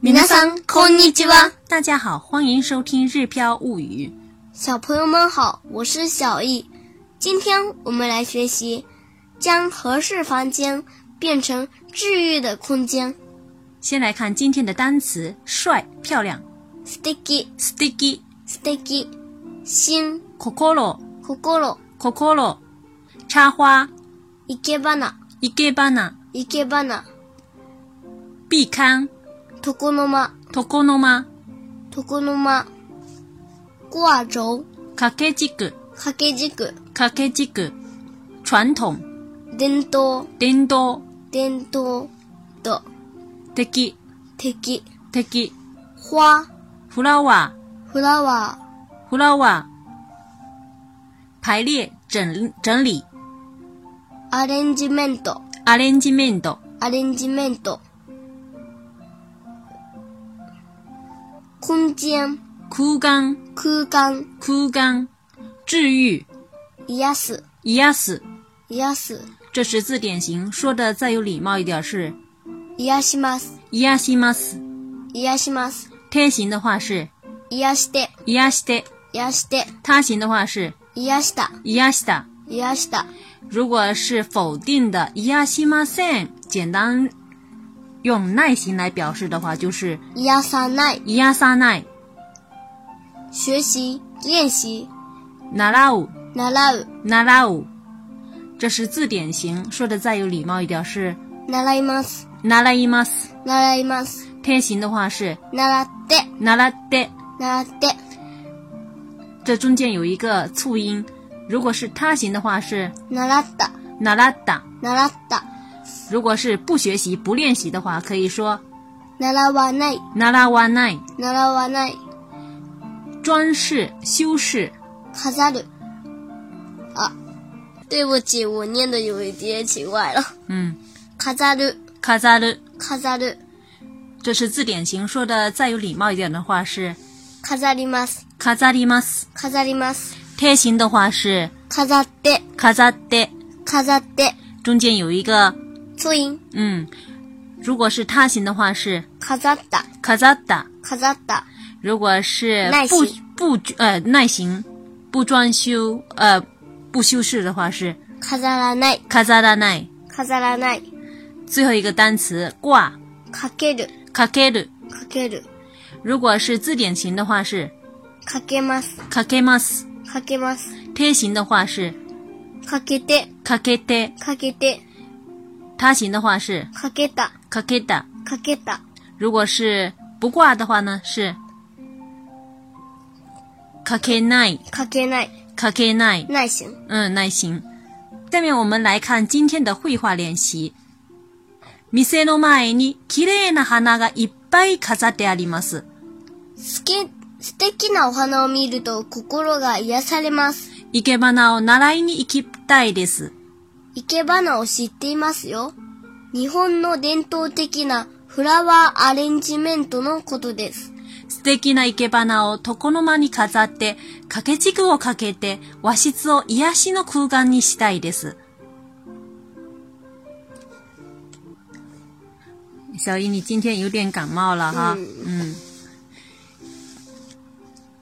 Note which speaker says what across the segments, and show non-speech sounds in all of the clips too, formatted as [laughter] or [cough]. Speaker 1: 皆さんこんにちは。
Speaker 2: 大家好，欢迎收听《日飘物语
Speaker 1: 小朋友们好，我是小易。今天我们来学习将合适房间变成治愈的空间。》。
Speaker 2: 先来看今天的单词：帅、漂亮、
Speaker 1: 素敵、
Speaker 2: sticky、
Speaker 1: 素敵、心、
Speaker 2: kokoro、
Speaker 1: 心、
Speaker 2: kokoro、插花、
Speaker 1: いけばな、
Speaker 2: いけばな、
Speaker 1: いけばな、
Speaker 2: 壁龛、
Speaker 1: 床の間、
Speaker 2: 床の間、
Speaker 1: 床の間。コア轴、
Speaker 2: 掛け軸、
Speaker 1: 掛け軸、
Speaker 2: 掛け軸、传統、
Speaker 1: 伝統、
Speaker 2: 伝統、
Speaker 1: 伝統、と、
Speaker 2: 敵、
Speaker 1: 敵、
Speaker 2: 敵、
Speaker 1: 花、
Speaker 2: フラワ
Speaker 1: フラワ
Speaker 2: ー、フラワー、排列、整整理、
Speaker 1: ー、アレンジメント、
Speaker 2: アレンジメント、
Speaker 1: アレンジメント。空間、
Speaker 2: 空間、
Speaker 1: 空間、
Speaker 2: 空間、治愈、
Speaker 1: 癒す、
Speaker 2: 癒す。
Speaker 1: 癒す、
Speaker 2: 这十字典型说的再有礼貌一点是
Speaker 1: 癒します、
Speaker 2: 癒します。
Speaker 1: 癒します、
Speaker 2: 天形的话是
Speaker 1: 癒して、
Speaker 2: 癒して，
Speaker 1: 癒して、
Speaker 2: 他形的话是
Speaker 1: 癒した、
Speaker 2: 癒した。
Speaker 1: 癒した。
Speaker 2: 如果是否定的癒しません，简单用耐心来表示的话就是
Speaker 1: 癒さない、
Speaker 2: 癒さない。
Speaker 1: 学習、練習、
Speaker 2: 習う、
Speaker 1: 習う、
Speaker 2: 習う。这是字典型，说的再有礼貌一点是
Speaker 1: 習います、
Speaker 2: 習います。
Speaker 1: 習います、
Speaker 2: 天形的话是
Speaker 1: 習って、
Speaker 2: 習って。
Speaker 1: 習って、
Speaker 2: 这中间有一个促音，如果是他形的话是
Speaker 1: 習った、
Speaker 2: ならった。
Speaker 1: 習った、
Speaker 2: 如果是不学习、不练习的话，可以说
Speaker 1: 習わない、
Speaker 2: ならわない。
Speaker 1: 習わない、
Speaker 2: 装饰、修饰、
Speaker 1: 飾る。あ、对不起，我念的有一点奇怪了。
Speaker 2: 嗯，
Speaker 1: 飾る、
Speaker 2: 飾る。
Speaker 1: 飾る、
Speaker 2: 这是字典型说的，再有礼貌一点的话是
Speaker 1: 飾ります、
Speaker 2: 飾ります。
Speaker 1: 飾ります、
Speaker 2: 贴形的话是
Speaker 1: 飾って、
Speaker 2: 飾って，
Speaker 1: 飾って、
Speaker 2: 中间有一个
Speaker 1: ツイン、
Speaker 2: 嗯。如果是他形的话是
Speaker 1: 飾った、
Speaker 2: 飾った。
Speaker 1: 飾った、
Speaker 2: 如果是
Speaker 1: 耐
Speaker 2: 不
Speaker 1: 形
Speaker 2: 不呃耐形，不装修呃不修饰的话是
Speaker 1: 飾らない、
Speaker 2: 飾らない。
Speaker 1: 飾らない、
Speaker 2: 最后一个单词挂
Speaker 1: かける、
Speaker 2: かける。
Speaker 1: かける、
Speaker 2: 如果是字典型的话是
Speaker 1: かけます、
Speaker 2: かけます，
Speaker 1: かけます、
Speaker 2: 贴形的话是
Speaker 1: かけて、
Speaker 2: かけて，
Speaker 1: かけて、
Speaker 2: 他形的话是
Speaker 1: かけた、
Speaker 2: かけた。
Speaker 1: かけた、
Speaker 2: 如果是不挂的话呢是かけない，
Speaker 1: かけない、
Speaker 2: かけない。
Speaker 1: 内心。
Speaker 2: 嗯，耐心。下面我们来看今天的绘画练习。店の前に綺麗な花がいっぱい飾ってあります。
Speaker 1: すけ、素敵なお花を見ると心が癒されます。
Speaker 2: 生け花を習いに行きたいです。
Speaker 1: 生け花を知っていますよ。日本の伝統的なフラワーアレンジメントのことです。
Speaker 2: 素敵な生け花を床の間に飾って、掛け軸をかけて、和室を癒しの空間にしたいです。小姨，你今天有点感冒了哈？嗯。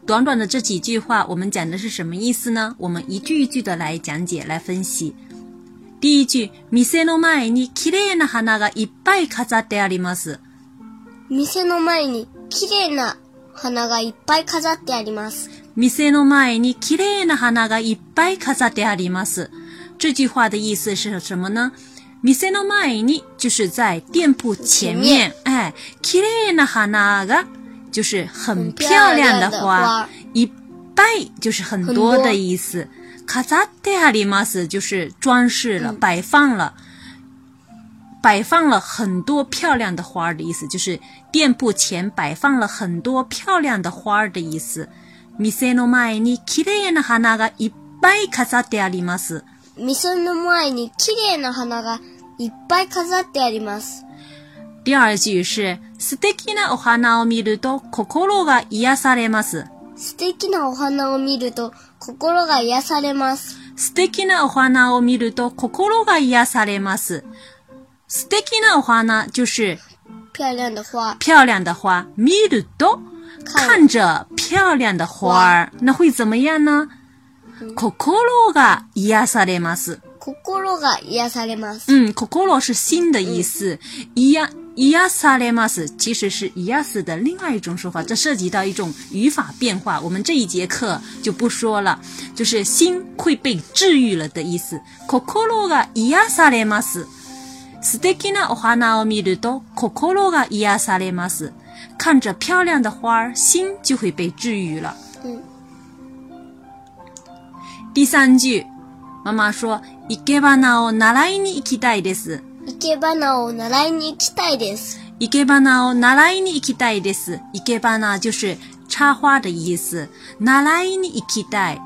Speaker 2: 短短的这几句话，我们讲的是什么意思呢？我们一句一句的来讲解、来分析。第一句，店の前に綺麗な花がいっぱい飾ってあります。
Speaker 1: 店の前に綺麗な花がいっぱい飾ってあります。
Speaker 2: 店の前に綺麗な花がいっぱい飾ってあります。这句话的意思是什么呢？店の前に就是在店铺前面，哎，綺麗な花が就是很漂亮的
Speaker 1: 很漂亮的
Speaker 2: 花
Speaker 1: 花，
Speaker 2: いっぱい就是很多
Speaker 1: 很多
Speaker 2: 的意思。飾ってあります就是装饰了，
Speaker 1: 嗯
Speaker 2: 摆放了。摆放了很多漂亮的花儿的意思，就是店铺前摆放了很多漂亮的花儿的意思。店の前に綺麗な花がいっぱい飾ってあります。
Speaker 1: 店の前に綺麗な花がいっぱい飾ってあります。
Speaker 2: 第二句是素敵なお花を見ると心が癒されます。
Speaker 1: 素敵なお花を見ると心が癒されます。
Speaker 2: 素敵なお花を見ると心が癒されます。素敵なお花就是
Speaker 1: 漂亮的花，
Speaker 2: 漂亮的花，見ると，
Speaker 1: 看
Speaker 2: 看着漂亮的花儿，那会怎么样呢？心が癒されます。
Speaker 1: 心が癒されます。
Speaker 2: 嗯，心是心的意思，癒癒されます其实是癒死的另外一种说法，这涉及到一种语法变化，我们这一节课就不说了。就是心会被治愈了的意思。心が癒されます。素敵なお花を見ると心が癒されます。看着漂亮的花儿，心就会被治愈了。
Speaker 1: 嗯，
Speaker 2: 第三句，妈妈说：“生け花を習いに行きたいです。
Speaker 1: 生け花を習いに行きたいです。
Speaker 2: 生け花を習いに行きたいです。生け花就是插花的意思。習いに行きたい。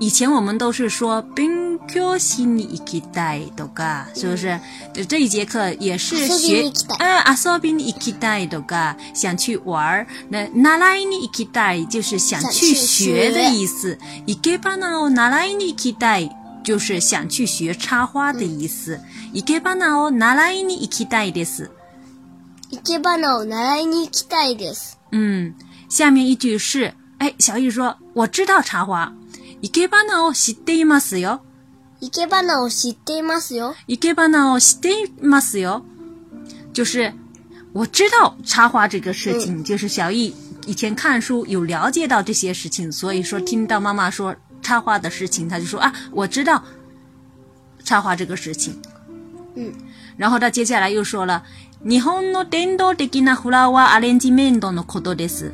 Speaker 2: 以前我们都是说勉強しに行きたいとか，是不是？就这一节课也是
Speaker 1: 遊び
Speaker 2: 学呃
Speaker 1: に行きたい
Speaker 2: 啊，遊びに行きたいとか，想去玩儿。那習いに行きたい就是想去学的意思。生け花を習いに行きたい就是想去学插花的意思。生け花を習いに行きたいです。
Speaker 1: 生け花を習いに行きたいです。
Speaker 2: 嗯，下面一句是，哎，小易说我知道茶花，生け花を知っていますよ。
Speaker 1: 生け花を知っていますよ。
Speaker 2: 生け花を知っていますよ，就是我知道插花这个事情，就是小易以前看书有了解到这些事情，所以说听到妈妈说插花的事情，他就说啊，我知道插花这个事情。
Speaker 1: 嗯，
Speaker 2: 然后他接下来又说了，日本の伝統的なフラワーアレンジメントのことです。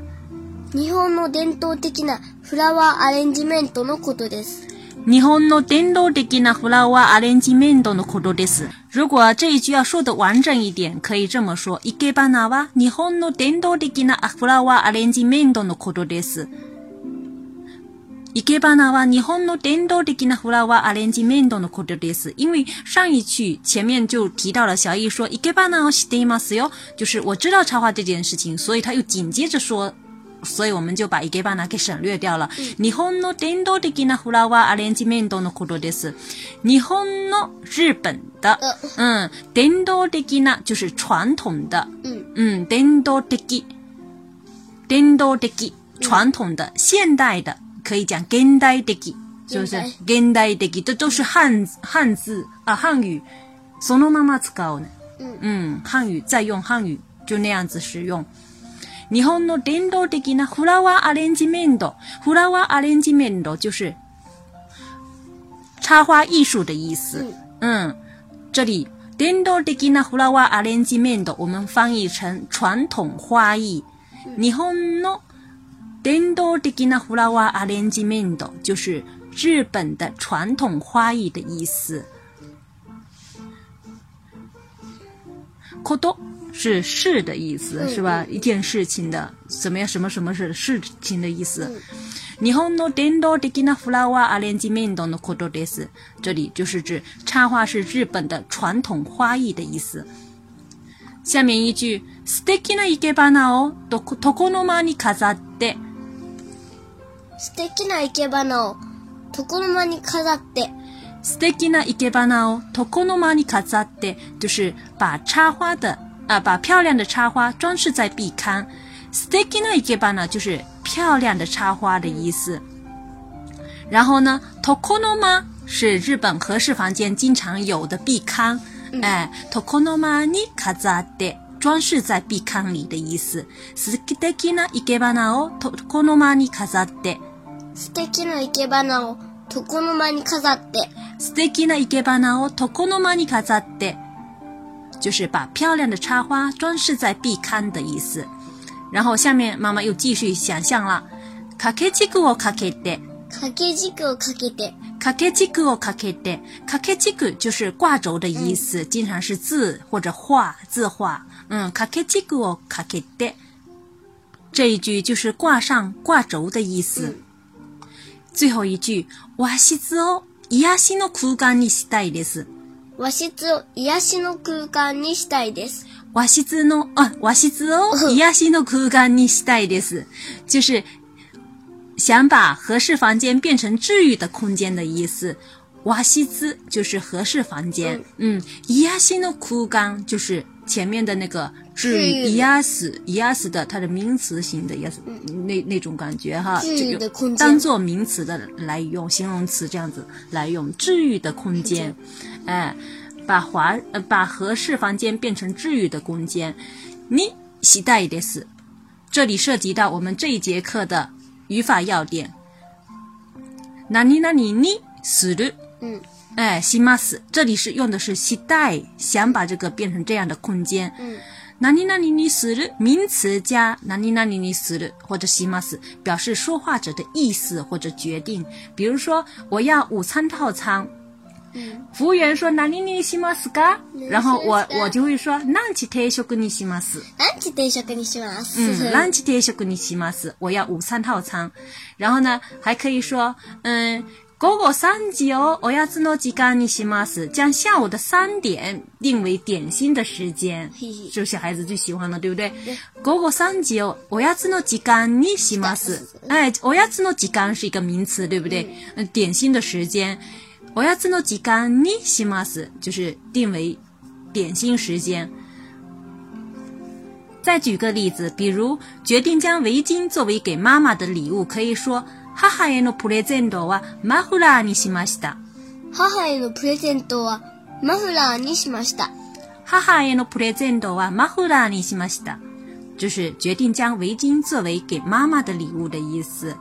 Speaker 1: 日本の伝統的なフラワーアレンジメントのことです。
Speaker 2: 日本の伝統的なフラワーアレンジメントのことです。如果这一句要说的完整一点，可以这么说：生け花は日本の伝統的なフラワーアレンジメントのことです。生け花は日本の伝統的なフラワーアレンジメントのことです。因为上一句前面就提到了小易说生け花を知っていますよ，就是我知道插画这件事情，所以他又紧接着说所以我们就把伊给巴拿给省略掉了。日本の伝統的なフラワーアレンジメントのことです。日本の日本的，嗯，伝統的な就是传统的，
Speaker 1: 嗯
Speaker 2: 嗯，伝統的，伝統的传统的，现代的可以讲現代的，是不是？現代的，这都是汉字汉字啊汉语，そのまま使うね。
Speaker 1: 嗯
Speaker 2: 嗯，汉语再用汉语就那样子使用。日本の伝統的なフラワーアレンジメント，フラワーアレンジメント就是插花艺术的意思。嗯，这里伝統的なフラワーアレンジメント，我们翻译成传统花艺。日本の伝統的なフラワーアレンジメント就是日本的传统花艺的意思。こと是事的意思，是吧？一件事情的怎么样？什么什么是事情的意思？日本の伝統的なフラワーアレンジメントのことです。这里就是指插画是日本的传统花艺的意思。下面一句，素敵な生け花をどこ床の間に飾って。
Speaker 1: 素敵な生け花を床の間に飾って、
Speaker 2: 素敵な生け花を床の間に飾って，就是把插花的啊，把漂亮的插花装饰在壁龛。素敵な生け花就是漂亮的插花的意思。然后呢，床の間是日本和室房间经常有的壁龛，哎，床の間に飾って。装饰在壁龛里的意思。素敵な生け花を床の間に飾って。
Speaker 1: 素敵な生け花を床の間に飾って、
Speaker 2: 素敵な生け花を床の間に飾って，就是把漂亮的插花装饰在壁龛的意思。然后下面妈妈又继续想象了，掛け軸をかけて，
Speaker 1: 掛け軸をかけて、
Speaker 2: 掛け軸をかけて，掛け軸就是挂轴的意思，经常是字或者画字画。嗯，掛け軸をかけて，这一句就是挂上挂轴的意思。最后一句，和室を癒しの空間にしたいです。
Speaker 1: 和室を癒しの空間にしたいです。
Speaker 2: 和室の、啊，和室を癒しの空間にしたいです。就是想把合适房间变成治愈的空间的意思。嗯和室就是合适房间，嗯，癒しの空間就是前面的那个治
Speaker 1: 治愈的
Speaker 2: 愈压死压死的它的名词型的压死、
Speaker 1: 嗯
Speaker 2: 那那种感觉哈，
Speaker 1: 治愈
Speaker 2: 这
Speaker 1: 的
Speaker 2: 个
Speaker 1: 空间
Speaker 2: 当做名词的来用，形容词这样子来用，治愈的空间，哎，把华呃把合适房间变成治愈的空间，你期待的是，这里涉及到我们这一节课的语法要点。哪里哪里你する
Speaker 1: 嗯
Speaker 2: 哎，します，这里是用的是期待，想把这个变成这样的空间。
Speaker 1: 嗯，
Speaker 2: 哪里哪里你する名词加哪里哪里你する或者します，表示说话者的意思或者决定。比如说，我要午餐套餐。服务员说哪里你しますか？然后我
Speaker 1: 何々しますか
Speaker 2: 我就会说ランチ定食にします。
Speaker 1: ランチ定食にします。
Speaker 2: 嗯，ランチ定食にします。我要午餐套餐。然后呢，还可以说，嗯，午後三時をおやつの時間にします。将下午的三点定为点心的时间
Speaker 1: 嘿嘿，
Speaker 2: 这是小孩子最喜欢的，对不对？午後三時をおやつの時間にします。哎，おやつの時間是一个名词，对不对？嗯，点心的时间，おやつの時間にします，就是定为点心时间。再举个例子，比如决定将围巾作为给妈妈的礼物，可以说母へのプレゼントはマフラーにしました。
Speaker 1: 母へのプレゼントはマフラーにしました。
Speaker 2: 母へのプレゼントはマフラーにしました。就是决定将围巾作为给妈妈的礼物的意思。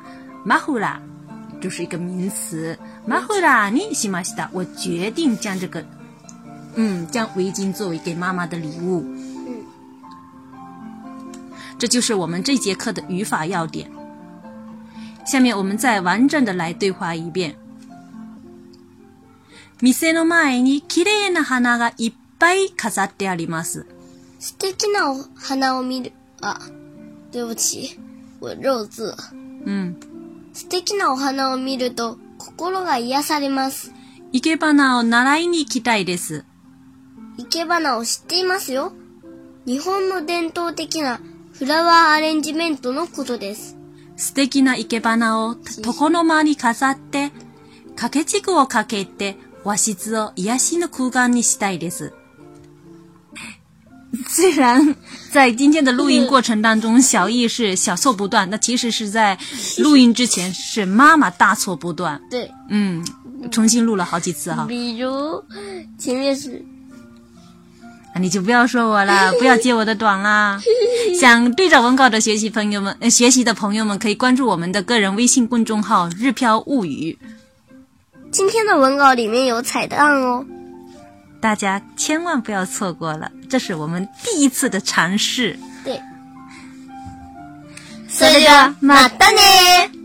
Speaker 2: マフラー就是一个名词。マフラーにしました。我决定将这个，嗯，将围巾作为给妈妈的礼物。
Speaker 1: 嗯，
Speaker 2: 这就是我们这节课的语法要点。下面我们再完整的来对话一遍。店の前に綺麗な花がいっぱい飾ってあります。
Speaker 1: 素敵なお花を見る。あ、对不起。我漏 [laughs] 字了。
Speaker 2: うん。
Speaker 1: 素敵なお花を見ると心が癒されます。
Speaker 2: 生け花を習いに行きたいです。
Speaker 1: 生け花を知っていますよ。日本の伝統的なフラワーアレンジメントのことです。
Speaker 2: 素敵な生け花を床の間に飾って、掛け軸をかけて和室を癒しの空間にしたいです。虽 [laughs] 然在今天的录音过程当中，小易是小错不断，那其实是在录音之前是妈妈大错不断，
Speaker 1: 对，
Speaker 2: 嗯，重新录了好几次哈。
Speaker 1: 比如前面是
Speaker 2: 啊，你就不要说我了，不要揭我的短啦。想对照文稿的学习朋友们、呃学习的朋友们，可以关注我们的个人微信公众号“日飘物语
Speaker 1: 今天的文稿里面有彩蛋哦。”，
Speaker 2: 大家千万不要错过了，这是我们第一次的尝试。
Speaker 1: 对，
Speaker 2: それではま
Speaker 1: たね